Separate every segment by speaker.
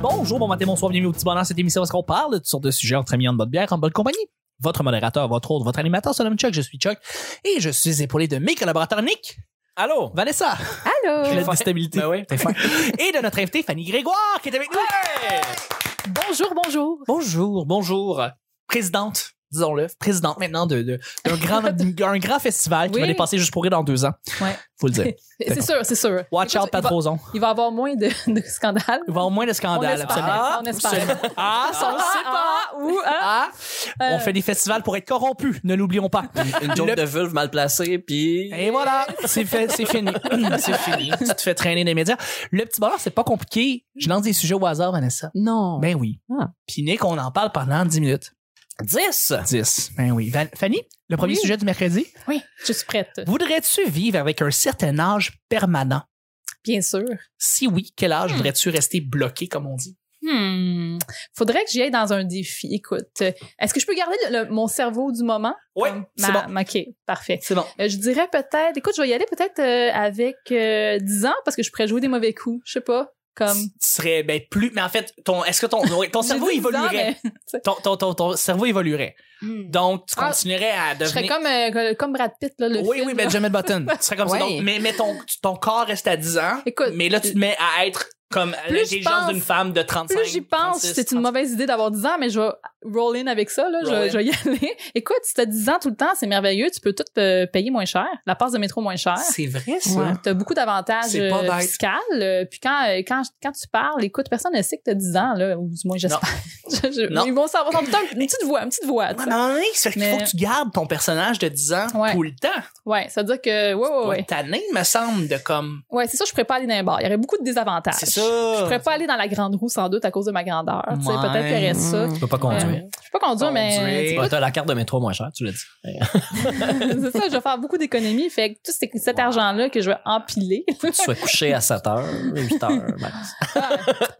Speaker 1: bonjour, bon matin, bonsoir, bienvenue au petit bonheur. Cette émission, parce qu'on parle de toutes sortes de sujets entre amis, en bonne bière, en bonne compagnie. Votre modérateur, votre autre, votre animateur, son nom Chuck, je suis Chuck. Et je suis épaulé de mes collaborateurs Nick,
Speaker 2: Allô?
Speaker 1: Vanessa,
Speaker 3: Allô!
Speaker 1: la déstabilité,
Speaker 2: Ben oui.
Speaker 1: T'es fin. et de notre invité Fanny Grégoire, qui est avec nous.
Speaker 3: Bonjour, bonjour!
Speaker 1: Bonjour, bonur. Présidente, disons-le, présidente maintenant d'un de, de- d'un grand, d'un grand festival qui va
Speaker 3: Oui.
Speaker 1: dépasser juste pour rire dans deux ans.
Speaker 3: Ouais.
Speaker 1: Faut le dire.
Speaker 3: C'est sûr, c'est sûr.
Speaker 1: Watch
Speaker 3: Écoute,
Speaker 1: out,
Speaker 3: il va-
Speaker 1: Patrozon.
Speaker 3: Il va y avoir moins de, de scandales.
Speaker 1: Il va y avoir moins de
Speaker 3: On
Speaker 1: scandales,
Speaker 3: espère.
Speaker 1: absolument.
Speaker 3: on espère.
Speaker 1: Absolument. Ah, ça, on le sait pas.
Speaker 3: Ah, ah, ou, ah,
Speaker 1: Ah,
Speaker 3: euh,
Speaker 1: on fait des festivals pour être corrompus, ne l'oublions pas.
Speaker 2: Une, une joke
Speaker 1: Le-
Speaker 2: de vulve mal placée, puis...
Speaker 1: Et voilà, c'est fait, c'est fini. c'est fini. Tu te fais traîner des médias. Le petit bonheur, c'est pas compliqué. Je lance des sujets au hasard, Vanessa.
Speaker 3: Non.
Speaker 1: Ben oui.
Speaker 3: Ah.
Speaker 1: Puis Nick, on en parle pendant 10 minutes.
Speaker 2: 10!
Speaker 1: 10. Ben oui. Van- Fanny, le premier
Speaker 3: Oui.
Speaker 1: sujet du mercredi.
Speaker 3: Oui, je suis prête.
Speaker 1: Voudrais-tu vivre avec un certain âge permanent?
Speaker 3: Bien sûr.
Speaker 1: Si oui, quel âge voudrais-tu rester bloqué, comme on dit?
Speaker 3: Hmm. Faudrait que j'y aille dans un défi. Écoute, euh, est-ce que je peux garder le- le- mon cerveau du moment?
Speaker 1: Oui,
Speaker 3: Comme
Speaker 1: c'est
Speaker 3: ma-
Speaker 1: bon.
Speaker 3: ma- OK, parfait.
Speaker 1: C'est bon.
Speaker 3: Euh, je dirais peut-être... Écoute, je vais y aller peut-être euh, avec euh, 10 ans parce que je pourrais jouer des mauvais coups. Je sais pas,
Speaker 1: Tu
Speaker 3: comme...
Speaker 1: tu serais ben, plus. Mais en fait, ton, est-ce que ton, ouais, ton
Speaker 3: J'ai
Speaker 1: cerveau
Speaker 3: dit 10 ans,
Speaker 1: évoluerait? Hmm.
Speaker 3: mais-
Speaker 1: Ton, ton, ton, ton cerveau évoluerait. Donc, tu
Speaker 3: Ah,
Speaker 1: continuerais à
Speaker 3: Je serais
Speaker 1: devenir.
Speaker 3: comme, euh, comme Brad Pitt, là, le
Speaker 1: oui,
Speaker 3: film,
Speaker 1: oui,
Speaker 3: là.
Speaker 1: Benjamin Button. Tu serais comme ça.
Speaker 4: Ouais.
Speaker 1: Donc, mais mais ton, ton corps reste à 10 ans.
Speaker 3: Écoute,
Speaker 1: mais là, tu te mets à être comme
Speaker 3: Plus je
Speaker 1: l'intelligence
Speaker 3: pense-
Speaker 1: d'une femme de 35
Speaker 3: Plus j'y pense,
Speaker 1: 36,
Speaker 3: c'est
Speaker 1: 36.
Speaker 3: une mauvaise idée d'avoir 10 ans, mais je vais roll in avec ça, là. Je,
Speaker 1: Roll in.
Speaker 3: je vais y aller. Écoute, si t'as 10 ans tout le temps, c'est merveilleux. Tu peux tout euh, payer moins cher. La passe de métro moins chère.
Speaker 1: C'est vrai, ça.
Speaker 3: Ouais, T'as beaucoup d'avantages
Speaker 1: C'est pas
Speaker 3: euh,
Speaker 1: bête.
Speaker 3: fiscaux. euh, Puis quand, euh, quand, quand tu parles, écoute, personne ne sait que t'as 10 ans, là. Ou du moins, j'espère. Je- je-
Speaker 1: Non.
Speaker 3: Ils vont savoir. Ils vont peut-être un- Une petite voix, une petite voix. tu
Speaker 1: Ouais,
Speaker 3: sais.
Speaker 1: mais à un moment donné, c'est qu'il faut
Speaker 3: Mais-
Speaker 1: que tu gardes ton personnage de 10 ans
Speaker 3: Ouais.
Speaker 1: tout le temps.
Speaker 3: Ouais, ça veut dire que, ouais, ouais,
Speaker 1: Ouais.
Speaker 3: ouais.
Speaker 1: Tanné, me semble, de comme.
Speaker 3: Ouais, c'est ça, je pourrais pas aller dans un bar. Il y aurait beaucoup de désavantages.
Speaker 1: C'est ça.
Speaker 3: Je pourrais pas aller dans la grande roue, sans doute, à cause de ma grandeur. Tu sais,
Speaker 1: Ouais.
Speaker 3: Peut-être qu'il y aurait ça.
Speaker 2: Tu peux pas
Speaker 3: Euh,
Speaker 2: conduire.
Speaker 3: je peux pas conduire, mais
Speaker 1: Conduire.
Speaker 3: tu
Speaker 2: Bah, t'as la carte de métro moins chère, tu l'as dit.
Speaker 3: c'est ça, je vais faire beaucoup d'économies. Fait que tout c'est- cet argent-là que je vais empiler.
Speaker 2: Faut que tu sois couché à 7 h 8 h max.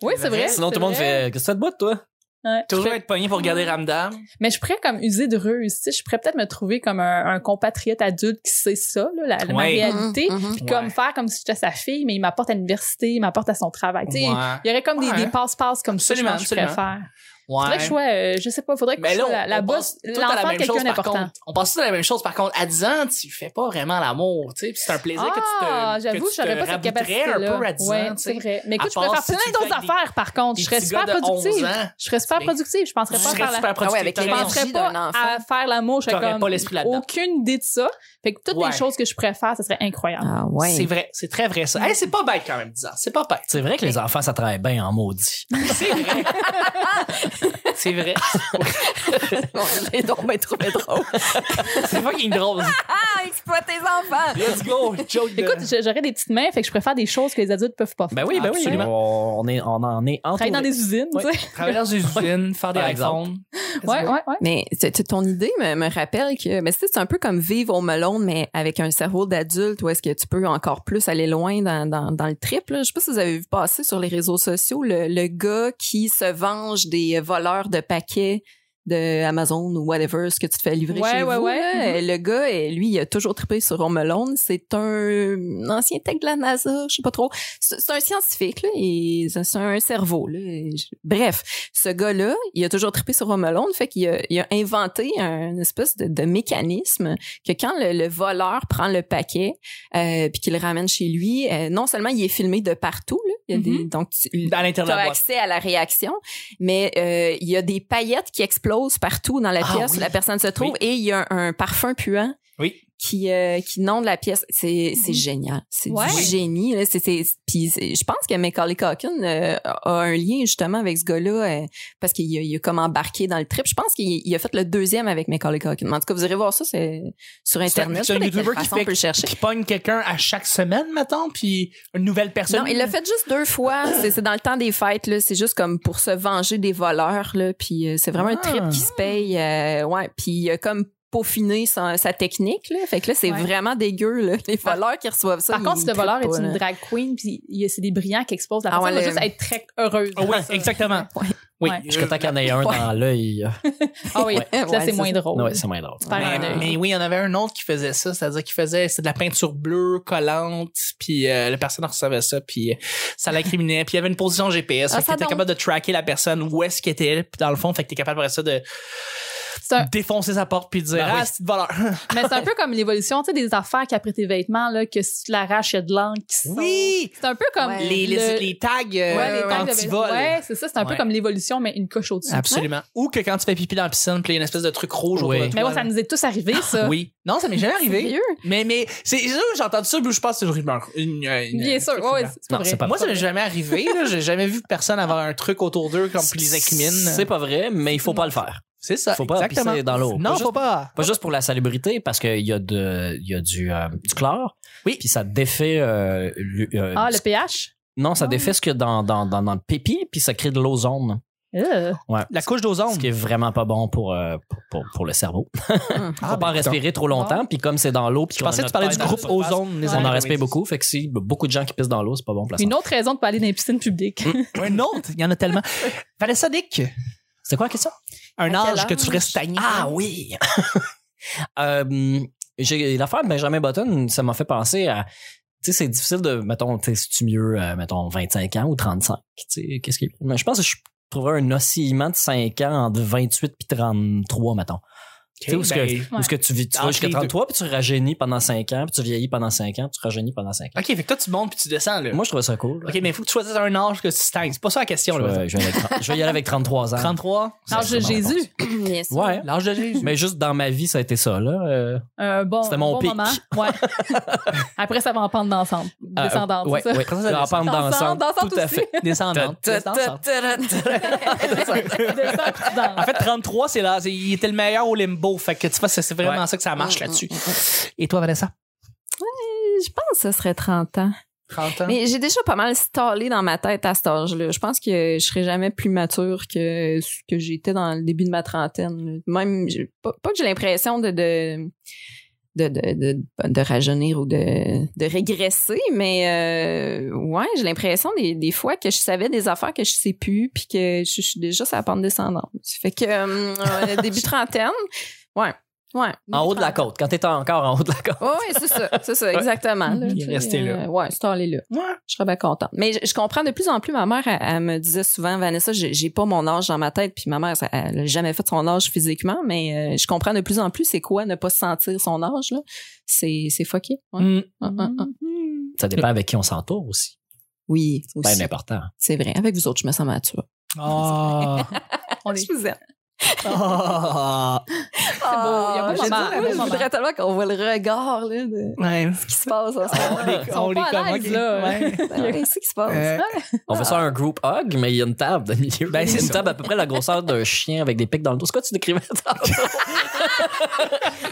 Speaker 3: oui, c'est vrai.
Speaker 2: Sinon,
Speaker 3: c'est
Speaker 2: tout le monde
Speaker 3: vrai.
Speaker 2: fait, qu'est-ce que tu de boîte, toi?
Speaker 3: Ouais. Je
Speaker 1: Toujours
Speaker 3: fais-
Speaker 1: être pogné pour regarder Ramdam.
Speaker 3: Mais je pourrais comme user de ruse. tu sais. Je pourrais peut-être me trouver comme un, un compatriote adulte qui sait ça, là, la, la- ma
Speaker 1: Ouais.
Speaker 3: réalité.
Speaker 4: Mhm, mhm.
Speaker 3: Puis comme
Speaker 1: Ouais.
Speaker 3: faire comme si j'étais sa fille, mais il m'apporte à l'université, il m'apporte à son travail. Tu sais,
Speaker 1: Ouais.
Speaker 3: Il y aurait comme des-
Speaker 1: Ouais.
Speaker 3: des passe-passe comme ça, je
Speaker 1: Absolument,
Speaker 3: pense que je pourrais faire. Faudrait que je
Speaker 1: Ouais.
Speaker 3: sois, euh, je sais pas, faudrait que
Speaker 1: Mais
Speaker 3: je
Speaker 1: là,
Speaker 3: sois la,
Speaker 1: on-
Speaker 3: la
Speaker 1: on
Speaker 3: bosse,
Speaker 1: pense tout à la
Speaker 3: l'enfant de
Speaker 1: même chose,
Speaker 3: quelqu'un
Speaker 1: par
Speaker 3: d'important.
Speaker 1: contre. On pense tout à la même chose. Par contre, à 10 ans, tu fais pas vraiment l'amour, tu sais. Puis c'est un plaisir que tu te.
Speaker 3: Ah, j'avoue,
Speaker 1: que tu te
Speaker 3: j'aurais pas cette
Speaker 1: rabouterais
Speaker 3: capacité.
Speaker 1: un peu à 10 ans, tu
Speaker 3: c'est
Speaker 1: sais.
Speaker 3: vrai. Mais écoute,
Speaker 1: À
Speaker 3: je pourrais
Speaker 1: part
Speaker 3: faire
Speaker 1: si tu
Speaker 3: plein
Speaker 1: fais
Speaker 3: d'autres
Speaker 1: avec des-
Speaker 3: affaires, par contre.
Speaker 1: des
Speaker 3: Je serais
Speaker 1: petits
Speaker 3: super
Speaker 1: gars de 11
Speaker 3: productive.
Speaker 1: ans.
Speaker 3: Je serais super
Speaker 1: Mais-
Speaker 3: productive. Je penserais
Speaker 1: Tu
Speaker 3: pas à faire
Speaker 1: serais
Speaker 3: la-
Speaker 1: super
Speaker 4: Ah ouais,
Speaker 1: productif.
Speaker 4: avec
Speaker 1: t'as
Speaker 4: les
Speaker 3: je
Speaker 1: raison.
Speaker 3: penserais
Speaker 4: l'énergie
Speaker 3: pas
Speaker 4: d'un enfant.
Speaker 3: à faire l'amour. Je serais
Speaker 1: T'aurais
Speaker 3: comme
Speaker 1: pas l'esprit là-dedans.
Speaker 3: aucune idée de ça. Fait que toutes
Speaker 1: Ouais.
Speaker 3: les choses que je pourrais faire, ça serait incroyable.
Speaker 4: Ah ouais.
Speaker 1: C'est vrai, c'est très vrai ça. Hey, c'est pas bête quand même, 10 ans. C'est pas bête.
Speaker 2: C'est vrai que les enfants, ça travaille bien en maudit.
Speaker 1: C'est vrai. c'est vrai.
Speaker 4: C'est donc bien trop bien drôle.
Speaker 1: C'est fucking drôle.
Speaker 4: Ah, exploite tes enfants!
Speaker 1: Let's go, joke. de-
Speaker 3: Écoute, je- j'aurais des petites mains, fait que je pourrais faire des choses que les adultes peuvent pas faire.
Speaker 2: Ben oui, ben oui.
Speaker 1: Absolument. Ah
Speaker 2: On, on est, on en est
Speaker 3: Travailler
Speaker 2: entouré.
Speaker 3: dans des usines,
Speaker 2: Ouais.
Speaker 3: tu sais.
Speaker 1: travailler dans une usine, faire des
Speaker 2: Par exemple.
Speaker 1: iPhones.
Speaker 3: Ouais, ouais, ouais.
Speaker 4: Mais t- t- ton idée me, me rappelle que mais tu sais, c'est un peu comme vivre au melon, mais avec un cerveau d'adulte où est-ce que tu peux encore plus aller loin dans, dans, dans le trip. là. Je sais pas si vous avez vu passer sur les réseaux sociaux le, le gars qui se venge des voleurs de paquets de Amazon ou whatever, ce que tu te fais livrer
Speaker 3: Ouais,
Speaker 4: chez
Speaker 3: ouais,
Speaker 4: vous.
Speaker 3: ouais.
Speaker 4: là. Le gars, eh, lui, il a toujours trippé sur Home C'est un ancien tech de la NASA, je sais pas trop. C'est c'est un scientifique, là, et c'est un cerveau. Là. Et je- Bref, ce gars-là, il a toujours trippé sur Home Alone, fait qu'il a, il a inventé un espèce de, de mécanisme que quand le, le voleur prend le paquet euh, puis qu'il le ramène chez lui, euh, non seulement il est filmé de partout, là, il y a des- donc tu,
Speaker 1: À l'intérieur de
Speaker 4: t'as
Speaker 1: la boîte.
Speaker 4: accès à la réaction, mais euh, il y a des paillettes qui explosent partout dans la
Speaker 1: Ah
Speaker 4: pièce
Speaker 1: oui.
Speaker 4: où la personne se trouve
Speaker 1: Oui.
Speaker 4: et il y a un, un parfum puant.
Speaker 1: Oui.
Speaker 4: Qui, euh, qui inonde la pièce. C'est, c'est génial. C'est
Speaker 3: Ouais.
Speaker 4: du génie. Là. C'est, c'est, puis c'est- je pense que Macaulay Culkin euh, a un lien justement avec ce gars-là euh, parce qu'il a, il a comme embarqué dans le trip. Je pense qu'il il a fait le deuxième avec Macaulay Culkin. Mais En tout cas, vous irez voir ça c'est, sur Internet.
Speaker 1: c'est un
Speaker 4: Je sais pas de quelle
Speaker 1: YouTuber qui
Speaker 4: façon
Speaker 1: fait-
Speaker 4: on peut le chercher.
Speaker 1: Qui pogne quelqu'un à chaque semaine, mettons, puis une nouvelle personne.
Speaker 4: Non, il l'a fait juste deux fois. C'est c'est dans le temps des fêtes. là. C'est juste comme pour se venger des voleurs. Là. Puis euh, c'est vraiment un
Speaker 1: Ah.
Speaker 4: trip qui se paye. euh, ouais. Puis il a comme peaufiner sa, sa technique. Là. Fait que là, c'est
Speaker 3: Ouais.
Speaker 4: vraiment dégueu. Là. Les voleurs qui reçoivent ça.
Speaker 3: Par
Speaker 4: ils
Speaker 3: contre, le
Speaker 4: trippent
Speaker 3: voleur est
Speaker 4: pas,
Speaker 3: une
Speaker 4: là.
Speaker 3: drag queen, puis il y a- c'est des brillants qui exposent. La
Speaker 4: Ah
Speaker 3: personne
Speaker 4: ouais,
Speaker 3: va
Speaker 4: le-
Speaker 3: juste être très heureuse.
Speaker 1: Ah oui,
Speaker 3: par ça.
Speaker 1: exactement.
Speaker 4: Ouais.
Speaker 1: Oui.
Speaker 3: Ouais.
Speaker 2: Jusqu'à temps qu'il y en ait un dans l'œil. euh,
Speaker 3: Ah oui,
Speaker 4: Ouais.
Speaker 3: là,
Speaker 4: Ouais,
Speaker 3: c'est
Speaker 4: c'est
Speaker 3: moins
Speaker 4: ça.
Speaker 3: drôle.
Speaker 2: Ouais, c'est moins drôle.
Speaker 3: Tu perds
Speaker 1: Mais,
Speaker 3: un œil.
Speaker 1: mais oui, il y en avait un autre qui faisait ça, c'est-à-dire qu'il faisait c'est de la peinture bleue collante, puis euh, la personne recevait ça, puis euh, ça l'incriminait, puis il y avait une position GPS,
Speaker 4: Ah,
Speaker 1: fait que
Speaker 4: ça
Speaker 1: t'étais
Speaker 4: donc.
Speaker 1: capable de tracker la personne où est-ce qu'elle était, puis dans le fond, fait que t'es capable après ça de
Speaker 3: C'est un-
Speaker 1: défoncer sa porte puis de dire
Speaker 2: Ben oui.
Speaker 1: ah c'est de valeur.
Speaker 3: Mais c'est un peu comme l'évolution, tu sais, des affaires qui après tes vêtements, là, que si tu l'arraches, il y a de l'encre qui sort. C'est un peu comme.
Speaker 4: Ouais.
Speaker 1: les, les,
Speaker 3: le-
Speaker 1: les tags, euh,
Speaker 3: Ouais, les tags de
Speaker 1: anti-vol.
Speaker 3: vêtements. Ouais, c'est ça, c'est un peu
Speaker 1: Ouais.
Speaker 3: comme l'évolution, mais une coche au-dessus.
Speaker 1: Absolument. Ou que quand tu fais pipi dans la piscine, puis il y a une espèce de truc rouge
Speaker 2: Oui.
Speaker 1: autour de
Speaker 3: Mais
Speaker 1: toi.
Speaker 3: ouais, ça nous est tous arrivé,
Speaker 2: Ah,
Speaker 3: ça.
Speaker 1: Oui. Non, ça m'est jamais arrivé.
Speaker 4: Sérieux?
Speaker 1: mais mais c'est sûr, j'ai entendu ça, puis je pense que c'est une rumeur. Une, euh, une-
Speaker 3: Bien sûr,
Speaker 1: une-
Speaker 3: ouais, c'est pas
Speaker 2: Non,
Speaker 3: vrai.
Speaker 2: c'est pas
Speaker 1: Moi, ça m'est jamais arrivé. là. J'ai jamais vu personne avoir un truc autour d'eux comme puis les
Speaker 2: C'est
Speaker 1: incrimine.
Speaker 2: pas vrai, mais il faut pas le faire.
Speaker 1: C'est ça.
Speaker 2: Faut pas
Speaker 1: exactement.
Speaker 2: pisser dans l'eau.
Speaker 1: Non,
Speaker 2: Pas
Speaker 1: faut pas.
Speaker 2: Pas juste pour la salubrité, parce qu'il y a, de, il y a du, euh, du chlore.
Speaker 1: Oui.
Speaker 2: Puis ça défait. euh, le- euh,
Speaker 3: Ah,
Speaker 2: du-
Speaker 3: le pH?
Speaker 2: Non, ça
Speaker 3: Ah.
Speaker 2: défait ce qu'il y a dans, dans, dans, dans le pipi, puis ça crée de l'ozone.
Speaker 3: Euh.
Speaker 2: Ah,
Speaker 1: La couche
Speaker 2: Ce
Speaker 1: d'ozone.
Speaker 2: qui est vraiment pas bon pour, euh, pour, pour- pour le cerveau.
Speaker 1: Ah,
Speaker 2: Faut pas en
Speaker 1: ben, putain.
Speaker 2: respirer trop longtemps, puis comme c'est dans l'eau, puis
Speaker 1: Je
Speaker 2: qu'on
Speaker 1: pensais
Speaker 2: a
Speaker 1: que tu parlais du
Speaker 2: notre
Speaker 1: groupe
Speaker 2: tête dans-
Speaker 1: ozone. les
Speaker 3: Ouais.
Speaker 2: On en
Speaker 1: années
Speaker 2: respire
Speaker 1: 90.
Speaker 2: beaucoup, fait que si beaucoup de gens qui pissent dans l'eau, c'est pas bon pour la santé.
Speaker 3: Une autre raison de pas aller dans les piscines publiques.
Speaker 1: Un autre, il y en a tellement. Vanessa Dick,
Speaker 2: C'est quoi la question?
Speaker 1: un
Speaker 4: À quel
Speaker 1: âge que tu
Speaker 4: âge?
Speaker 1: restes stagné.
Speaker 2: Ah oui! Euh, j'ai- L'affaire de Benjamin Button, ça m'a fait penser à. Tu sais, c'est difficile de. Mettons, tu sais, tu mieux, euh, mettons, 25 ans ou 35. Tu sais, qu'est-ce qui. Mais je pense que je trouverais un oscillement de 5 ans entre 28 puis 33, mettons. Tu sais, où est-ce que,
Speaker 1: ben,
Speaker 2: où est-ce que tu vis, tu vas
Speaker 1: entre
Speaker 2: jusqu'à
Speaker 1: les deux.
Speaker 2: 33, puis tu rajeunis pendant 5 ans, puis tu vieillis pendant 5 ans, puis tu rajeunis pendant 5 ans.
Speaker 1: OK, fait que toi, tu montes puis tu descends, là.
Speaker 2: Moi, je trouvais ça cool.
Speaker 1: OK, mais il faut que tu choisisses un âge que tu stagnes. C'est pas ça la question,
Speaker 2: je,
Speaker 1: là.
Speaker 2: vais, je vais y aller avec 30 je vais y aller avec 33 ans.
Speaker 1: 33?
Speaker 2: C'est
Speaker 3: Alors,
Speaker 2: la bonne
Speaker 3: Jésus,
Speaker 2: réponse.
Speaker 4: Bien sûr.
Speaker 2: Ouais.
Speaker 1: L'âge de Jésus.
Speaker 2: Mais juste dans ma vie, ça a été ça, là. euh,
Speaker 3: un bon,
Speaker 2: C'était mon
Speaker 3: bon
Speaker 2: pic.
Speaker 3: moment. Ouais. Après, ça va en pendre d'ensemble.
Speaker 2: euh,
Speaker 3: Descendante,
Speaker 2: ouais,
Speaker 3: c'est ça?
Speaker 2: ouais. En pente
Speaker 3: Dansante,
Speaker 2: dansante,
Speaker 3: dansante
Speaker 2: tout à
Speaker 3: aussi.
Speaker 2: fait.
Speaker 1: Descendante. Descendante.
Speaker 3: Descends, puis tu danses.
Speaker 1: En fait, 33, c'est là, c'est- il était le meilleur au limbo. Fait que tu vois, c'est c'est vraiment ça que ça marche là-dessus. Et toi, Vanessa?
Speaker 4: Je pense que ce serait 30 ans.
Speaker 1: 30 ans.
Speaker 4: Mais j'ai déjà pas mal stallé dans ma tête à cet âge-là. Je pense que je serais jamais plus mature que ce que j'étais dans le début de ma trentaine. là. Même, j'ai- pas, pas que j'ai l'impression de de, de, de, de, de rajeunir ou de, de régresser, mais euh, ouais, j'ai l'impression des, des fois que je savais des affaires que je sais plus puis que je, je suis déjà sur la pente descendante. Ça fait que euh, euh, début trentaine, ouais, ouais.
Speaker 2: En haut de la
Speaker 4: Début
Speaker 2: côte, quand t'étais encore en haut de la côte.
Speaker 4: oui, oui, Oh, c'est ça, c'est ça, exactement. là,
Speaker 1: Il est
Speaker 4: tu sais,
Speaker 1: resté là.
Speaker 4: euh, ouais, c'est allé là.
Speaker 1: Ouais.
Speaker 4: Je serais bien contente. Mais je, je comprends de plus en plus, ma mère, elle, elle me disait souvent, Vanessa, j'ai j'ai pas mon âge dans ma tête, puis ma mère, ça- elle n'a jamais fait son âge physiquement, mais euh, je comprends de plus en plus c'est quoi ne pas se sentir son âge, là. C'est c'est fucké. ouais.
Speaker 1: Mm.
Speaker 4: Ah, ah, ah.
Speaker 3: Mm-hmm.
Speaker 2: Ça dépend avec qui on s'entoure aussi.
Speaker 4: Oui,
Speaker 2: C'est
Speaker 1: Ben,
Speaker 4: aussi,
Speaker 2: bien important.
Speaker 4: c'est vrai. Avec vous autres, je me sens mature.
Speaker 1: Ah.
Speaker 3: On est-
Speaker 4: vous aime.
Speaker 1: Ah.
Speaker 3: beau, Ah, il y a un beau
Speaker 4: j'ai
Speaker 3: moment,
Speaker 4: dit,
Speaker 3: un beau
Speaker 4: je
Speaker 3: moment.
Speaker 4: voudrais tellement qu'on voit le regard là, de
Speaker 1: Ouais.
Speaker 4: ce qui se passe. en ce moment.
Speaker 1: On les,
Speaker 3: Ils sont
Speaker 1: on les
Speaker 3: pas à
Speaker 1: comme-
Speaker 3: l'aise,
Speaker 1: ok.
Speaker 3: là.
Speaker 1: Ouais.
Speaker 4: Qu'est-ce qui se passe?
Speaker 1: Euh,
Speaker 2: On fait ça un group hug, mais il y a une table de milieu.
Speaker 1: Ben, c'est
Speaker 2: une
Speaker 1: ça.
Speaker 2: table à peu près la grosseur d'un chien avec des pics dans le dos. C'est quoi tu décrivais tantôt?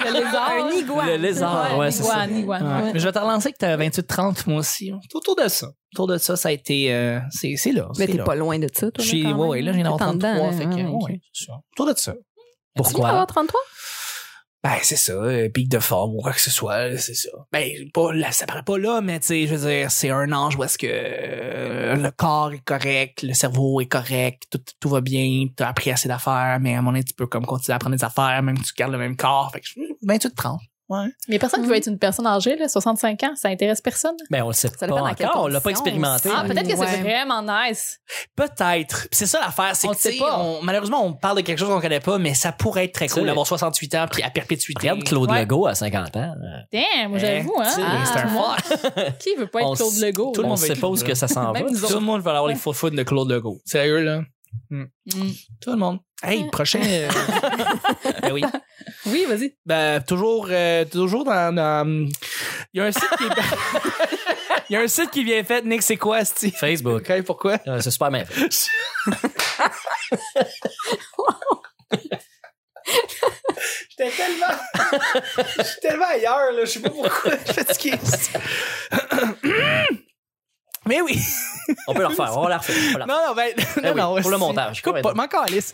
Speaker 3: Le lézard.
Speaker 4: Un iguane.
Speaker 2: Le lézard, ouais, c'est ça.
Speaker 3: Iguane, iguane.
Speaker 1: Ouais.
Speaker 4: Ouais.
Speaker 1: Mais je vais te relancer que t'as 28-30, moi aussi. C'est Autour de ça. Autour de ça, ça a été. euh, c'est c'est là.
Speaker 4: Mais
Speaker 1: c'est
Speaker 4: t'es
Speaker 1: là.
Speaker 4: pas loin de ça, toi.
Speaker 1: Je suis- ouais, ouais, là, j'ai une
Speaker 4: en hein,
Speaker 1: 33. fait que, ouais, c'est ça. Autour de ça.
Speaker 2: Pourquoi?
Speaker 4: 33?
Speaker 1: Ben, c'est ça, euh, pic de forme ou quoi que ce soit, c'est ça. Ben, pas là, ça paraît pas là, mais tu sais, je veux dire, c'est un ange où est-ce que euh, le corps est correct, le cerveau est correct, tout, tout va bien, t'as appris assez d'affaires, mais à un moment donné, tu peux comme continuer à apprendre des affaires, même si tu gardes le même corps. Fait que je- ben, tu te prends.
Speaker 3: Mais personne qui veut être une personne âgée, là, 65 ans, ça intéresse personne.
Speaker 2: Mais Ben, on le sait
Speaker 4: Ça
Speaker 2: pas
Speaker 4: dépend dans quelle
Speaker 2: encore. On l'a pas
Speaker 4: condition.
Speaker 2: expérimenté.
Speaker 3: Ah,
Speaker 4: Ouais.
Speaker 3: peut-être que c'est
Speaker 4: Ouais.
Speaker 3: vraiment nice.
Speaker 1: Peut-être. C'est ça l'affaire, c'est
Speaker 3: On
Speaker 1: que
Speaker 3: sait
Speaker 1: tu sais,
Speaker 3: pas.
Speaker 1: on- malheureusement, on parle de quelque chose qu'on connaît pas, mais ça pourrait être très
Speaker 2: Tu
Speaker 1: cool
Speaker 2: sais,
Speaker 1: d'avoir 68 ans puis à perpétuité.
Speaker 2: Regarde Claude
Speaker 3: Ouais.
Speaker 2: Legault à 50 ans.
Speaker 3: Damn, moi,
Speaker 1: Eh,
Speaker 3: j'avoue,
Speaker 1: tu sais,
Speaker 3: hein.
Speaker 1: c'est un
Speaker 3: Ah, Qui veut pas être
Speaker 2: On
Speaker 3: Claude
Speaker 2: s-
Speaker 3: Legault?
Speaker 1: tout le
Speaker 3: là?
Speaker 2: on
Speaker 1: monde va
Speaker 2: sait
Speaker 1: être
Speaker 2: pas où
Speaker 1: là.
Speaker 2: ce que ça s'en va.
Speaker 3: Même nous
Speaker 1: Tout le monde va avoir les faux fous de Claude Legault. Sérieux, là?
Speaker 3: Mm.
Speaker 1: Tout le monde. Hey, prochain. euh, ben oui.
Speaker 3: Oui, vas-y.
Speaker 1: Ben, toujours, euh, toujours dans. dans- Il y a un site qui est. Il y a un site qui vient fait, Nick, c'est quoi, Steve?
Speaker 2: Facebook.
Speaker 1: OK, pourquoi?
Speaker 2: Euh, C'est super bien. fait.
Speaker 1: J'étais tellement. J'étais tellement ailleurs, là. Je sais pas pourquoi. Je suis fatigué. Mais oui.
Speaker 2: On peut la refaire, on la refait. on la refait.
Speaker 1: Non, non, ben, non,
Speaker 2: oui,
Speaker 1: non,
Speaker 2: pour le
Speaker 1: si-
Speaker 2: montage,
Speaker 1: Coupe pas,
Speaker 2: complètement.
Speaker 1: m'en calisse.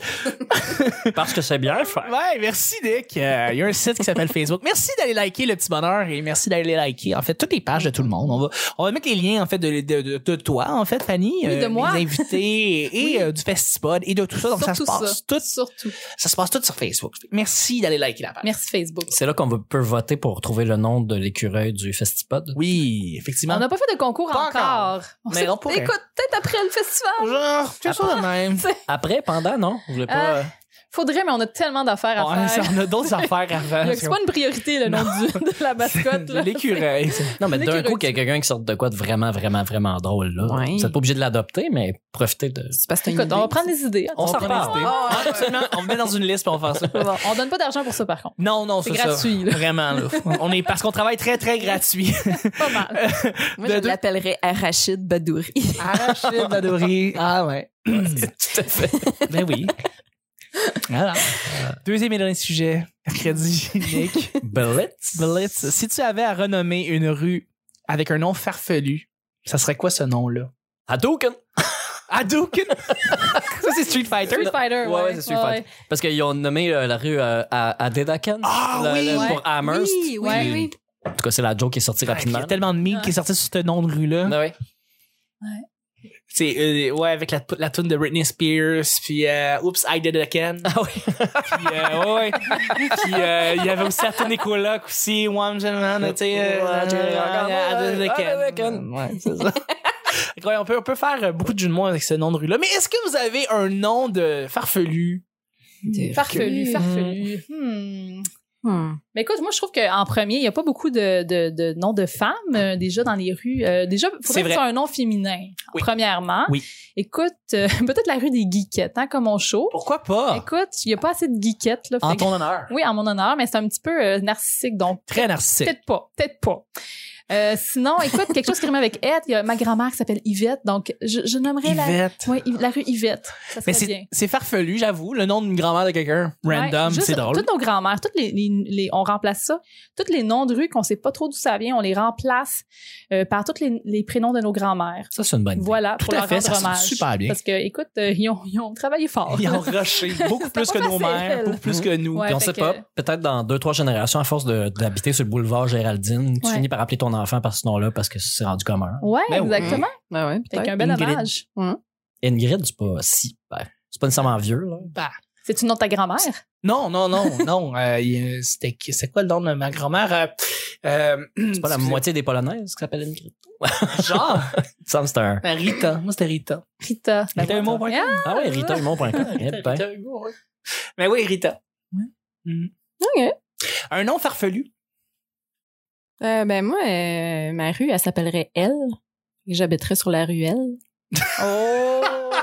Speaker 2: Parce que c'est bien fait.
Speaker 1: Ouais, merci, Nick. Euh, Il y a un site qui s'appelle Facebook. Merci d'aller liker le petit bonheur et merci d'aller liker, en fait, toutes les pages de tout le monde. On va, on va mettre les liens, en fait, de, de, de, de toi, en fait, Fanny.
Speaker 3: de moi.
Speaker 1: Des invités et euh, du Festipod et de tout ça. Donc, ça se
Speaker 3: Surtout
Speaker 1: passe
Speaker 3: ça.
Speaker 1: tout,
Speaker 3: Surtout.
Speaker 1: ça se passe tout sur Facebook. Merci d'aller liker la page.
Speaker 3: Merci Facebook.
Speaker 2: C'est là qu'on va- peut voter pour trouver le nom de l'écureuil du Festipod.
Speaker 1: Oui, effectivement.
Speaker 3: On n'a pas fait de concours
Speaker 1: Pas
Speaker 3: encore. On
Speaker 1: Mais
Speaker 3: sait-
Speaker 1: on pourrait.
Speaker 3: Écoute, peut-être après le festival.
Speaker 1: Genre, quelque chose de même.
Speaker 2: Après, pendant, non? Vous voulez pas...
Speaker 3: Euh, faudrait, mais on a tellement d'affaires à
Speaker 1: Ouais, ça,
Speaker 3: faire.
Speaker 1: on a d'autres affaires à
Speaker 3: Il y
Speaker 1: faire.
Speaker 3: a- C'est pas une priorité, le nom du- de la mascotte. là.
Speaker 1: L'écureuil.
Speaker 2: non,
Speaker 3: c'est
Speaker 2: mais d'un
Speaker 3: l'écureuil
Speaker 2: coup, qu'il y a quelqu'un qui sort de quoi de vraiment, vraiment, vraiment drôle. Là.
Speaker 4: Ouais.
Speaker 2: Vous n'êtes pas obligé de l'adopter, mais profitez de...
Speaker 4: C'est parce que t'as une
Speaker 3: Écoute, on va
Speaker 4: idée.
Speaker 3: prendre des idées.
Speaker 2: On s'en
Speaker 1: prend
Speaker 2: reparle.
Speaker 1: des idées.
Speaker 4: Ah,
Speaker 1: Ah, absolument. On met dans une liste et on fait ça.
Speaker 3: Bon, on donne pas d'argent pour ça, par contre.
Speaker 1: Non, non,
Speaker 3: C'est
Speaker 1: c'est ça.
Speaker 3: gratuit, là.
Speaker 1: Vraiment, là. On est, parce qu'on travaille très, très gratuit.
Speaker 3: Pas mal.
Speaker 4: Moi,
Speaker 1: de
Speaker 4: je
Speaker 1: deux-
Speaker 4: l'appellerais Arachide Badouri.
Speaker 1: Arachide Badouri. Ah, ouais.
Speaker 2: Tout à fait.
Speaker 1: Ben oui. euh, Voilà. Deuxième et dernier sujet. Mercredi, Nick.
Speaker 2: Blitz.
Speaker 1: Blitz. Si tu avais à renommer une rue avec un nom farfelu, ça serait quoi ce nom-là?
Speaker 2: Hadouken.
Speaker 1: Hadouken! ça, c'est Street Fighter.
Speaker 3: Street Fighter,
Speaker 2: Ouais, ouais, c'est Street Fighter. Parce qu'ils ont nommé euh, la rue euh, à, à Dedakan.
Speaker 1: Ah
Speaker 2: La- la-
Speaker 1: oui!
Speaker 2: Pour Amherst.
Speaker 4: Oui, oui,
Speaker 3: Ouais.
Speaker 4: oui.
Speaker 2: En tout cas, c'est la joke qui est sortie
Speaker 1: Il y
Speaker 2: rapidement.
Speaker 1: a tellement de mille qui est sorti sur ce nom de rue-là.
Speaker 2: Ah ouais.
Speaker 1: C'est euh, ouais avec la, la tune de Britney Spears puis euh, Oops I Did It Again.
Speaker 2: Ah oui.
Speaker 1: puis euh, ouais, ouais. puis euh, il y avait aussi la tune des colocs aussi One Gentleman tu sais euh,
Speaker 2: Ouais,
Speaker 1: Ah, I Did It
Speaker 2: I Did It
Speaker 1: Again.
Speaker 2: Again.
Speaker 1: Ouais, c'est ça. Fait que ouais, on peut on peut faire euh, beaucoup de jeux de mots avec ce nom de rue là. Mais est-ce que vous avez un nom de farfelu
Speaker 3: Farfelu, farfelu. Hmm.
Speaker 4: Hmm.
Speaker 3: Mais écoute, moi, je trouve qu'en premier, il n'y a pas beaucoup de, de, de noms de femmes euh, déjà dans les rues. Euh, déjà, il
Speaker 1: C'est
Speaker 3: faudrait que
Speaker 1: vrai.
Speaker 3: ce soit un nom féminin,
Speaker 1: Oui.
Speaker 3: premièrement.
Speaker 1: Oui.
Speaker 3: Écoute, euh, peut-être la rue des geekettes, hein, comme on show.
Speaker 1: Pourquoi pas
Speaker 3: Écoute, il n'y a pas assez de geekettes. Là,
Speaker 2: En
Speaker 3: fait que-
Speaker 2: ton honneur.
Speaker 3: Oui, en mon honneur, mais c'est un petit peu euh, narcissique, donc
Speaker 1: Très narcissique.
Speaker 3: peut-être pas, peut-être pas. Euh, sinon, écoute, quelque chose qui rime avec Ed, il y a ma grand-mère qui s'appelle Yvette, donc je, je nommerais
Speaker 1: Yvette.
Speaker 3: la... Ouais, Yv- la rue Yvette. Ça
Speaker 1: Mais
Speaker 3: serait bien.
Speaker 1: c'est c'est farfelu, j'avoue, le nom d'une grand-mère de quelqu'un
Speaker 3: Ouais,
Speaker 1: random,
Speaker 3: juste
Speaker 1: c'est drôle.
Speaker 3: Toutes nos grand-mères, toutes les, les- les- on remplace ça. Tous les noms de rue qu'on sait pas trop d'où ça vient, on les remplace euh, par tous les, les prénoms de nos grand-mères.
Speaker 2: Ça, c'est une bonne idée.
Speaker 3: Voilà,
Speaker 1: Tout
Speaker 3: pour
Speaker 1: à
Speaker 3: leur
Speaker 1: fait,
Speaker 3: rendre
Speaker 1: ça sonne
Speaker 3: hommage.
Speaker 1: super bien.
Speaker 3: Parce que, écoute, euh, ils, ont, ils ont travaillé fort.
Speaker 1: Ils ont rushé beaucoup plus que
Speaker 3: C'était pas
Speaker 1: nos
Speaker 3: facile,
Speaker 1: mères,
Speaker 3: elle.
Speaker 1: beaucoup plus que nous.
Speaker 3: Ouais,
Speaker 2: Puis on
Speaker 3: fait
Speaker 2: sait
Speaker 3: que-
Speaker 2: pas, peut-être dans deux, trois générations, à force de- d'habiter sur le boulevard Géraldine, tu
Speaker 3: Ouais.
Speaker 2: finis par appeler ton enfant par ce nom-là parce que c'est rendu commun.
Speaker 3: Ouais,
Speaker 1: Ben oui.
Speaker 3: exactement.
Speaker 4: Ben ouais,
Speaker 3: Fait
Speaker 4: peut-être.
Speaker 3: qu'un bel
Speaker 1: Ingrid.
Speaker 3: hommage.
Speaker 2: Ingrid, c'est pas si. ben, c'est pas nécessairement vieux, là.
Speaker 1: Bah,
Speaker 3: C'est une nom de ta grand-mère?
Speaker 1: Non, non, non, non. Euh, il- C'était qui- c'est quoi le nom de ma grand-mère Euh, euh,
Speaker 2: C'est pas la moitié des Polonaises qui s'appellent Ingrid.
Speaker 1: Genre
Speaker 2: Il me semble que c'est un.
Speaker 1: Ben, Rita. Moi c'était Rita.
Speaker 3: Rita. Ben,
Speaker 1: Rita Humeau, ouais.
Speaker 3: Ah,
Speaker 2: Ah ouais, Rita Humon.com. Eh ben.
Speaker 1: Rita Humeau, ouais. Mais Ben oui, Rita. Mhm.
Speaker 4: Ok.
Speaker 1: Un nom farfelu.
Speaker 4: Euh, ben moi, euh, ma rue, elle s'appellerait Elle. Et J'habiterais sur la ruelle.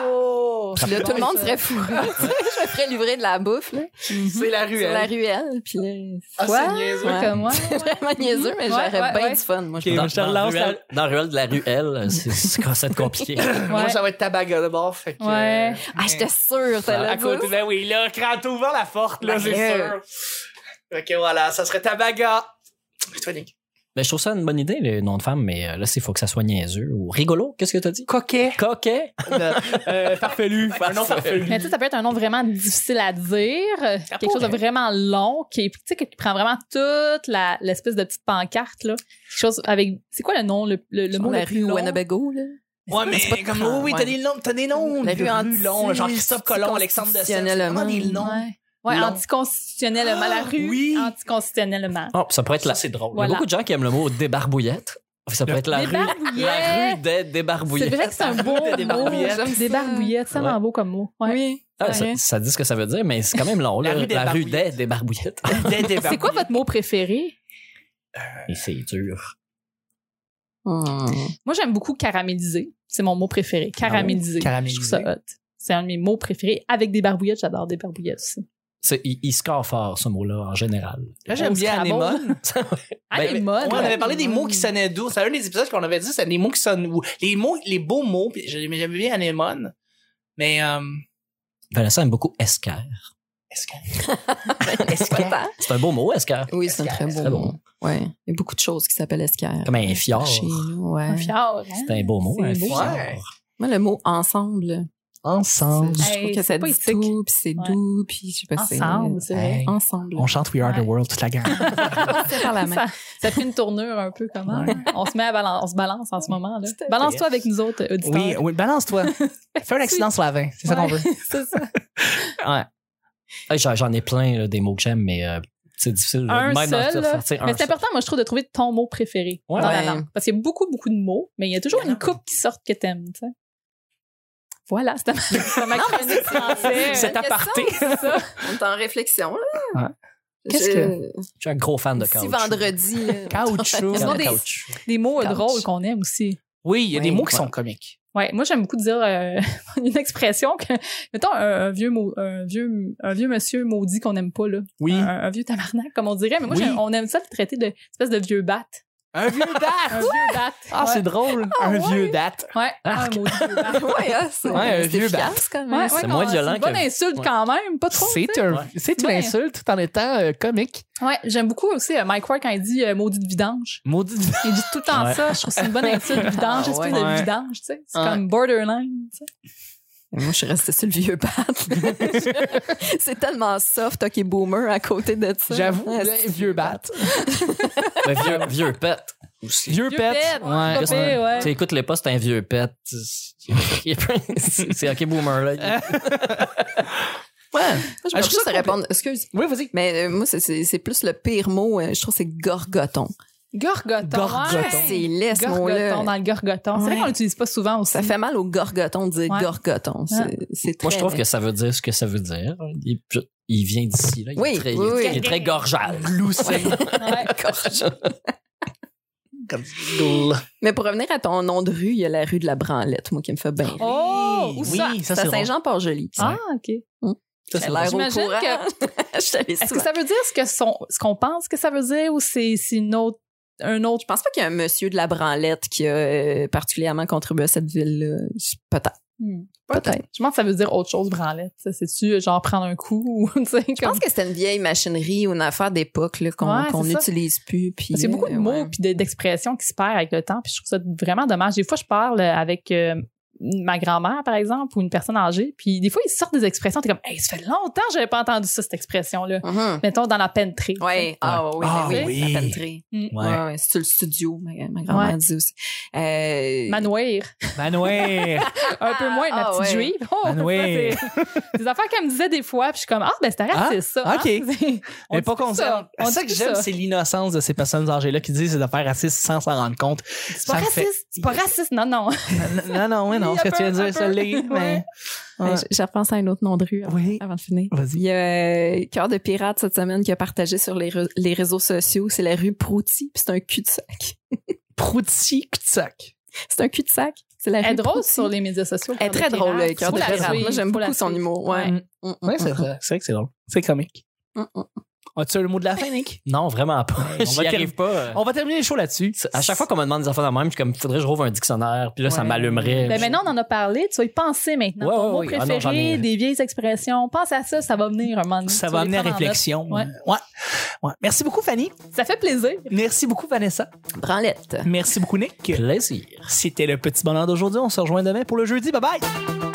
Speaker 1: Oh
Speaker 4: Puis là, tout le monde serait fou. je ferais livrer de la bouffe, là.
Speaker 1: C'est la
Speaker 4: Sur la
Speaker 1: ruelle.
Speaker 4: ruelle. Puis là,
Speaker 1: Ah,
Speaker 4: quoi?
Speaker 1: c'est niaiseux.
Speaker 4: Ouais.
Speaker 3: Comme moi.
Speaker 4: C'est vraiment niaiseux, mais
Speaker 3: Ouais,
Speaker 4: j'aurais
Speaker 3: ouais,
Speaker 4: bien
Speaker 3: ouais.
Speaker 4: du fun. Moi, je
Speaker 1: Ok.
Speaker 4: pense.
Speaker 2: Dans,
Speaker 1: je te
Speaker 2: dans
Speaker 1: relance
Speaker 2: ruelle- dans la ruelle de la ruelle, c'est- c'est quand ça te compliqué.
Speaker 1: Moi
Speaker 3: Ouais.
Speaker 1: ça va être tabaga de bord. Fait que, euh,
Speaker 3: Ouais.
Speaker 4: Ah, j'étais sûre, t'as
Speaker 1: à
Speaker 4: la
Speaker 1: côté,
Speaker 4: bouffe.
Speaker 1: ben oui, là, quand t'as ouvert la porte, là,
Speaker 4: Ben,
Speaker 1: c'est
Speaker 4: euh.
Speaker 1: sûr. Ok, voilà, ça serait tabaga. Et toi, Nick?
Speaker 2: Mais Ben, je trouve ça une bonne idée, les noms de femmes, mais euh, là, il faut que ça soit niaiseux ou rigolo. Qu'est-ce que t'as dit?
Speaker 1: Coquet.
Speaker 2: Coquet.
Speaker 1: Euh, farfelu. Un nom farfelu.
Speaker 3: Mais tu sais, ça peut être un nom vraiment difficile à dire, euh,
Speaker 1: Ça
Speaker 3: quelque chose de
Speaker 1: pourrait.
Speaker 3: vraiment long, qui, est- tu sais, qui prend vraiment toute la- l'espèce de petite pancarte, là. Quelque chose avec, c'est quoi le nom, le, le, le
Speaker 4: Sur
Speaker 3: mot
Speaker 4: la
Speaker 3: le plus
Speaker 4: rue
Speaker 3: long?
Speaker 4: Winnebago, là.
Speaker 1: Ouais, mais
Speaker 4: c'est pas
Speaker 1: comme,
Speaker 4: grand,
Speaker 1: oui,
Speaker 4: ouais.
Speaker 1: t'as des noms, t'as des noms.
Speaker 4: La
Speaker 1: de
Speaker 4: rue
Speaker 1: rues longs, genre Christophe Colomb,
Speaker 4: anti-
Speaker 1: Alexandre de Sèvres, c'est vraiment des noms.
Speaker 3: Ouais, ouais
Speaker 1: Long.
Speaker 3: anticonstitutionnellement.
Speaker 1: Ah,
Speaker 3: la rue,
Speaker 1: oui.
Speaker 3: anticonstitutionnellement.
Speaker 2: Oh, ça pourrait être la.
Speaker 1: Ça, c'est drôle.
Speaker 2: Il y a
Speaker 3: Voilà.
Speaker 2: beaucoup de gens qui aiment le mot débarbouillette. Ça pourrait être la
Speaker 3: Des
Speaker 2: rue. La
Speaker 3: barbouillettes.
Speaker 2: rue des débarbouillettes.
Speaker 3: C'est vrai que c'est un beau
Speaker 1: Des
Speaker 3: mot.
Speaker 1: barbouillettes.
Speaker 4: J'aime
Speaker 3: Des
Speaker 4: ça.
Speaker 3: barbouillettes, ça
Speaker 2: Ouais.
Speaker 3: m'en vaut comme mot. Ouais.
Speaker 4: Oui.
Speaker 2: Ah,
Speaker 4: c'est vrai.
Speaker 2: ça, ça dit ce que ça veut dire, mais c'est quand même long.
Speaker 1: La
Speaker 2: là.
Speaker 1: rue des
Speaker 2: la rue des,
Speaker 1: barbouillettes.
Speaker 2: des barbouillettes.
Speaker 1: Des- des
Speaker 3: C'est quoi
Speaker 1: barbouillettes.
Speaker 3: votre mot préféré?
Speaker 2: Et c'est dur.
Speaker 4: Hmm.
Speaker 3: Moi, j'aime beaucoup caraméliser. C'est mon mot préféré. Caraméliser.
Speaker 1: Ah Caraméliser.
Speaker 3: Je trouve ça hot. C'est un de mes mots préférés. Avec des barbouillettes, j'adore des barbouillettes aussi.
Speaker 2: C'est- Il, il score fort, ce mot-là, en général.
Speaker 1: Moi, j'aime bien
Speaker 3: Scrabble.
Speaker 1: anémone.
Speaker 3: Ah,
Speaker 2: Ben,
Speaker 3: les modes.
Speaker 1: Ouais, on avait parlé des
Speaker 4: Mm.
Speaker 1: mots qui sonnaient doux. C'est un des épisodes qu'on avait dit, c'est des mots qui sonnent doux. Les mots, les beaux mots, puis je- mais j'aimais bien anémone. Mais, euh,
Speaker 2: Vanessa aime beaucoup esquerre.
Speaker 1: est-ce que.
Speaker 4: Est-ce que
Speaker 1: Ouais.
Speaker 4: t'as-
Speaker 2: C'est un beau mot, esquerre.
Speaker 4: Oui, c'est un très
Speaker 1: Est-ce
Speaker 4: beau
Speaker 2: que-
Speaker 4: mot. Ouais. Il y a beaucoup de choses qui s'appellent escarre.
Speaker 2: Comme un fjord.
Speaker 4: Chez nous, ouais.
Speaker 3: Un fjord, hein?
Speaker 2: C'est un beau mot,
Speaker 3: C'est
Speaker 2: un
Speaker 3: beau.
Speaker 2: fjord.
Speaker 4: Moi, le mot ensemble,
Speaker 2: Ensemble.
Speaker 4: je
Speaker 3: Hey,
Speaker 4: trouve que
Speaker 3: c'est
Speaker 4: ça dit
Speaker 3: poétique.
Speaker 4: tout, puis c'est
Speaker 3: Ouais.
Speaker 4: doux, puis je sais pas c'est-
Speaker 3: Ensemble, c'est vrai.
Speaker 1: Hey,
Speaker 4: Ensemble.
Speaker 1: on chante We Are the World toute la gang.
Speaker 3: Ah,
Speaker 4: passait par la main.
Speaker 3: Ça, ça fait une tournure un peu comment.
Speaker 1: Ouais.
Speaker 3: hein? On se met à balan- on se balance en ce moment. là.
Speaker 4: Tout à fait.
Speaker 3: Balance-toi avec nous autres, auditeurs.
Speaker 1: oui, oui, balance-toi. Fais un accident sur la 20, c'est ça qu'on veut.
Speaker 3: c'est ça.
Speaker 2: Hey, j'en- J'en ai plein là, des mots que j'aime, mais euh, c'est difficile. là,
Speaker 3: Un
Speaker 2: même d'en
Speaker 3: seul,
Speaker 2: sortir un
Speaker 3: Mais c'est
Speaker 2: seul.
Speaker 3: important, moi, je trouve, de trouver ton mot préféré
Speaker 2: Ah, Ouais.
Speaker 3: dans la
Speaker 4: Ouais.
Speaker 3: langue. Parce qu'il y a beaucoup, beaucoup de mots, mais il y a toujours une coupe qui sort que t'aimes, tu sais. Voilà, c'était ma, c'était ma chronique français.
Speaker 4: C'est
Speaker 1: Cet aparté.
Speaker 4: On est en réflexion,
Speaker 1: Ouais.
Speaker 4: là.
Speaker 1: Qu'est-ce
Speaker 4: Je-
Speaker 2: Je suis un gros fan de
Speaker 4: Si
Speaker 2: couch.
Speaker 4: vendredi. euh,
Speaker 1: Caoutchouc.
Speaker 3: Ce sont des-
Speaker 2: couch.
Speaker 3: Des mots euh,
Speaker 4: Couch.
Speaker 3: drôles qu'on aime aussi.
Speaker 1: Oui, il y a des
Speaker 4: Oui,
Speaker 1: mots qui
Speaker 4: ouais.
Speaker 1: sont comiques.
Speaker 3: Ouais, moi j'aime beaucoup dire euh, une expression que mettons un, un vieux mau- un vieux un vieux monsieur maudit qu'on aime pas là,
Speaker 1: Oui.
Speaker 3: un, un vieux tabarnak comme on dirait, mais moi
Speaker 1: Oui.
Speaker 3: j'aime- on aime ça le traiter de espèce de vieux bat.
Speaker 1: Un vieux
Speaker 3: Un
Speaker 1: date!
Speaker 3: vieux bat.
Speaker 1: Ah,
Speaker 3: ouais.
Speaker 1: c'est drôle! un vieux date!
Speaker 3: Ouais, ah, un maudit vieux bat.
Speaker 4: ouais, hein, c'est
Speaker 1: Ouais, un
Speaker 4: c'est
Speaker 1: vieux
Speaker 4: efficace quand même.
Speaker 3: Ouais,
Speaker 2: C'est
Speaker 3: ouais,
Speaker 2: moins
Speaker 3: non,
Speaker 2: violent
Speaker 3: C'est une bonne
Speaker 2: que-
Speaker 3: insulte
Speaker 2: Ouais.
Speaker 3: quand même, pas trop.
Speaker 1: C'est
Speaker 3: tu sais.
Speaker 1: un- c'est une
Speaker 3: Ouais.
Speaker 1: insulte tout en étant euh, comique.
Speaker 3: Ouais, j'aime beaucoup aussi euh, Mike Ward quand il dit euh, maudite vidange.
Speaker 1: Maudit.
Speaker 3: Il dit tout le temps
Speaker 2: Ouais.
Speaker 3: ça. Je trouve que c'est une bonne insulte, vidange,
Speaker 4: Ah,
Speaker 3: espèce
Speaker 1: ouais.
Speaker 3: de
Speaker 1: Ouais.
Speaker 3: vidange, tu sais. C'est
Speaker 1: Ouais.
Speaker 3: comme borderline, tu sais.
Speaker 4: Moi, je suis restée sur le vieux bat. c'est tellement soft, OK, boomer à côté de ça.
Speaker 1: J'avoue,
Speaker 4: Ouais,
Speaker 1: le
Speaker 4: c'est-
Speaker 1: vieux bat.
Speaker 2: Un vieux, vieux pet. aussi.
Speaker 1: Vieux
Speaker 3: Vieux
Speaker 1: pet.
Speaker 3: pet,
Speaker 1: Ouais.
Speaker 3: pas pire, ouais.
Speaker 2: Tu écoutes les pas, c'est un vieux pet. C'est c'est OK Boomer, là.
Speaker 1: Ouais.
Speaker 4: Moi, je
Speaker 1: Ah,
Speaker 4: me
Speaker 1: je trouve
Speaker 4: juste
Speaker 1: ça
Speaker 4: à répondre. Excuse.
Speaker 1: Oui, vas-y.
Speaker 4: Mais euh, moi, c'est- c'est c'est plus le pire mot. euh, je trouve que c'est gorgoton.
Speaker 3: Gorgoton.
Speaker 1: Gorgoton.
Speaker 3: Ah ouais.
Speaker 4: C'est laid, ce
Speaker 3: Gorgoton
Speaker 4: mot-là.
Speaker 3: dans le gorgoton. C'est vrai
Speaker 4: Ouais.
Speaker 3: qu'on l'utilise pas souvent aussi.
Speaker 4: Ça fait mal au gorgoton de dire
Speaker 3: Ouais.
Speaker 4: gorgoton. C'est c'est
Speaker 2: Moi, je
Speaker 4: très
Speaker 2: trouve
Speaker 4: laid.
Speaker 2: que ça veut dire ce que ça veut dire. Il, je- il vient d'ici, là. Il
Speaker 4: Oui,
Speaker 2: est très,
Speaker 4: oui,
Speaker 2: il est-
Speaker 4: oui.
Speaker 2: il est très gorgeal.
Speaker 1: Gloussé.
Speaker 3: Ouais.
Speaker 1: Comme
Speaker 4: Mais pour revenir à ton nom de rue, il y a la rue de la Branlette, moi, qui me fait bien. rire.
Speaker 3: Oh, où
Speaker 1: oui,
Speaker 3: ça?
Speaker 1: ça,
Speaker 4: c'est
Speaker 1: c'est
Speaker 4: à
Speaker 1: drôle.
Speaker 4: Saint-Jean-Port-Joli.
Speaker 3: Ah, OK.
Speaker 1: c'est
Speaker 4: Ça, c'est l'air au courant.
Speaker 3: J'imagine
Speaker 4: je savais
Speaker 3: Est-ce que ça veut dire ce que son- ce qu'on pense que ça veut dire ou c'est c'est une autre, un autre
Speaker 4: Je pense pas qu'il y a un monsieur de la branlette qui a euh, particulièrement contribué à cette ville-là. Je- Peut-être.
Speaker 3: Hmm, Peut-être. Je pense que ça veut dire autre chose, branlette. Ça, C'est-tu euh, genre prendre un coup ou tu sais,
Speaker 4: Je pense
Speaker 3: comme.
Speaker 4: que c'était une vieille machinerie ou une affaire d'époque là, qu'on
Speaker 3: Ouais,
Speaker 4: qu'on
Speaker 3: c'est ça.
Speaker 4: n'utilise plus. Puis,
Speaker 3: Parce qu'il y a beaucoup de
Speaker 4: euh,
Speaker 3: mots
Speaker 4: ouais.
Speaker 3: puis de- d'expressions qui se perdent avec le temps, puis je trouve ça vraiment dommage. Des fois, je parle avec euh, ma grand-mère, par exemple, ou une personne âgée, puis des fois, ils sortent des expressions, t'es comme, hey, ça fait longtemps que j'avais pas entendu ça, cette expression-là.
Speaker 4: Mhm.
Speaker 3: Mettons dans la pentrée. tu sais.
Speaker 4: Ouais. Ah oui,
Speaker 1: Ah,
Speaker 4: ben oui,
Speaker 1: oui.
Speaker 4: la pelleterie. Ouais.
Speaker 2: Ouais.
Speaker 4: ouais, c'est le studio, ma, ma grand-mère
Speaker 3: Ouais.
Speaker 4: dit aussi. Euh,
Speaker 3: Manouir.
Speaker 1: Manouer.
Speaker 3: Un peu moins, ma
Speaker 4: Ah,
Speaker 3: petite
Speaker 4: ouais.
Speaker 3: juive. Oh,
Speaker 1: Ah,
Speaker 3: ça,
Speaker 1: oui.
Speaker 3: c'est des affaires qu'elle me disait des fois, puis je suis comme, ah, ben c'est
Speaker 1: Ah,
Speaker 3: arrête, c'est ça. hein.
Speaker 1: ok.
Speaker 3: C'est- on
Speaker 1: Mais
Speaker 3: dit
Speaker 1: pas
Speaker 3: plus
Speaker 1: qu'on
Speaker 3: ça. On
Speaker 1: C'est
Speaker 3: dit
Speaker 1: ça que
Speaker 3: plus
Speaker 1: j'aime, c'est l'innocence de ces personnes âgées-là qui disent ces affaires racistes sans s'en rendre compte.
Speaker 3: C'est
Speaker 1: ça
Speaker 3: pas
Speaker 1: me
Speaker 3: raciste.
Speaker 1: fait-
Speaker 3: C'est pas raciste. Non, non.
Speaker 1: Non, non, oui, non.
Speaker 3: Oui,
Speaker 1: Ce que
Speaker 3: un
Speaker 1: tu viens de
Speaker 3: peu,
Speaker 1: dire,
Speaker 3: un
Speaker 1: ça
Speaker 3: peu.
Speaker 1: l'est. mais-
Speaker 4: ouais,
Speaker 1: Ouais.
Speaker 4: j- euh, Je repense à un autre nom de rue avant,
Speaker 1: Oui,
Speaker 4: avant de finir. Il
Speaker 1: vas-y.
Speaker 4: y a euh, Cœur de Pirate cette semaine qui a partagé sur les, re- les réseaux sociaux. C'est la rue Prouty, puis c'est un cul-de-sac.
Speaker 1: Prouty cul-de-sac.
Speaker 4: C'est un cul-de-sac. C'est la
Speaker 3: Elle est
Speaker 4: rue
Speaker 3: drôle
Speaker 4: Prouty.
Speaker 3: sur les médias sociaux.
Speaker 4: Elle est très drôle, le cœur de
Speaker 1: la
Speaker 4: pirate.
Speaker 1: suivre,
Speaker 4: Moi, j'aime beaucoup son humour. Ouais. Mm,
Speaker 1: Ouais. Oui, c'est vrai c'est vrai que c'est drôle. C'est comique. As-tu le mot de la fin, Nick?
Speaker 2: Non, vraiment pas. On
Speaker 1: J'y
Speaker 2: va y
Speaker 1: arrive
Speaker 2: arrive pas.
Speaker 1: On va terminer le show là-dessus.
Speaker 2: À chaque fois qu'on me demande des affaires de même, je suis comme, faudrait que je rouvre un dictionnaire, puis là, ça
Speaker 1: Ouais.
Speaker 2: m'allumerait.
Speaker 3: Ben maintenant, on en a parlé. Tu vas y penser maintenant.
Speaker 2: Ouais,
Speaker 3: Ton
Speaker 2: ouais,
Speaker 3: mot
Speaker 2: ouais. Ah non,
Speaker 3: préféré,
Speaker 2: j'en ai-
Speaker 3: des vieilles expressions. Pense à ça, ça va venir un moment donné.
Speaker 1: ça
Speaker 3: Tu
Speaker 1: va
Speaker 3: vas
Speaker 1: amener à
Speaker 3: les prendre en
Speaker 1: réflexion. euh,
Speaker 3: Ouais.
Speaker 1: Ouais. Ouais. Merci beaucoup, Fanny.
Speaker 3: note. Ça fait plaisir.
Speaker 1: Merci beaucoup, Vanessa.
Speaker 4: Branlette.
Speaker 1: Merci beaucoup, Nick.
Speaker 2: Plaisir.
Speaker 1: C'était le petit bonheur d'aujourd'hui. On se rejoint demain pour le jeudi. Bye bye.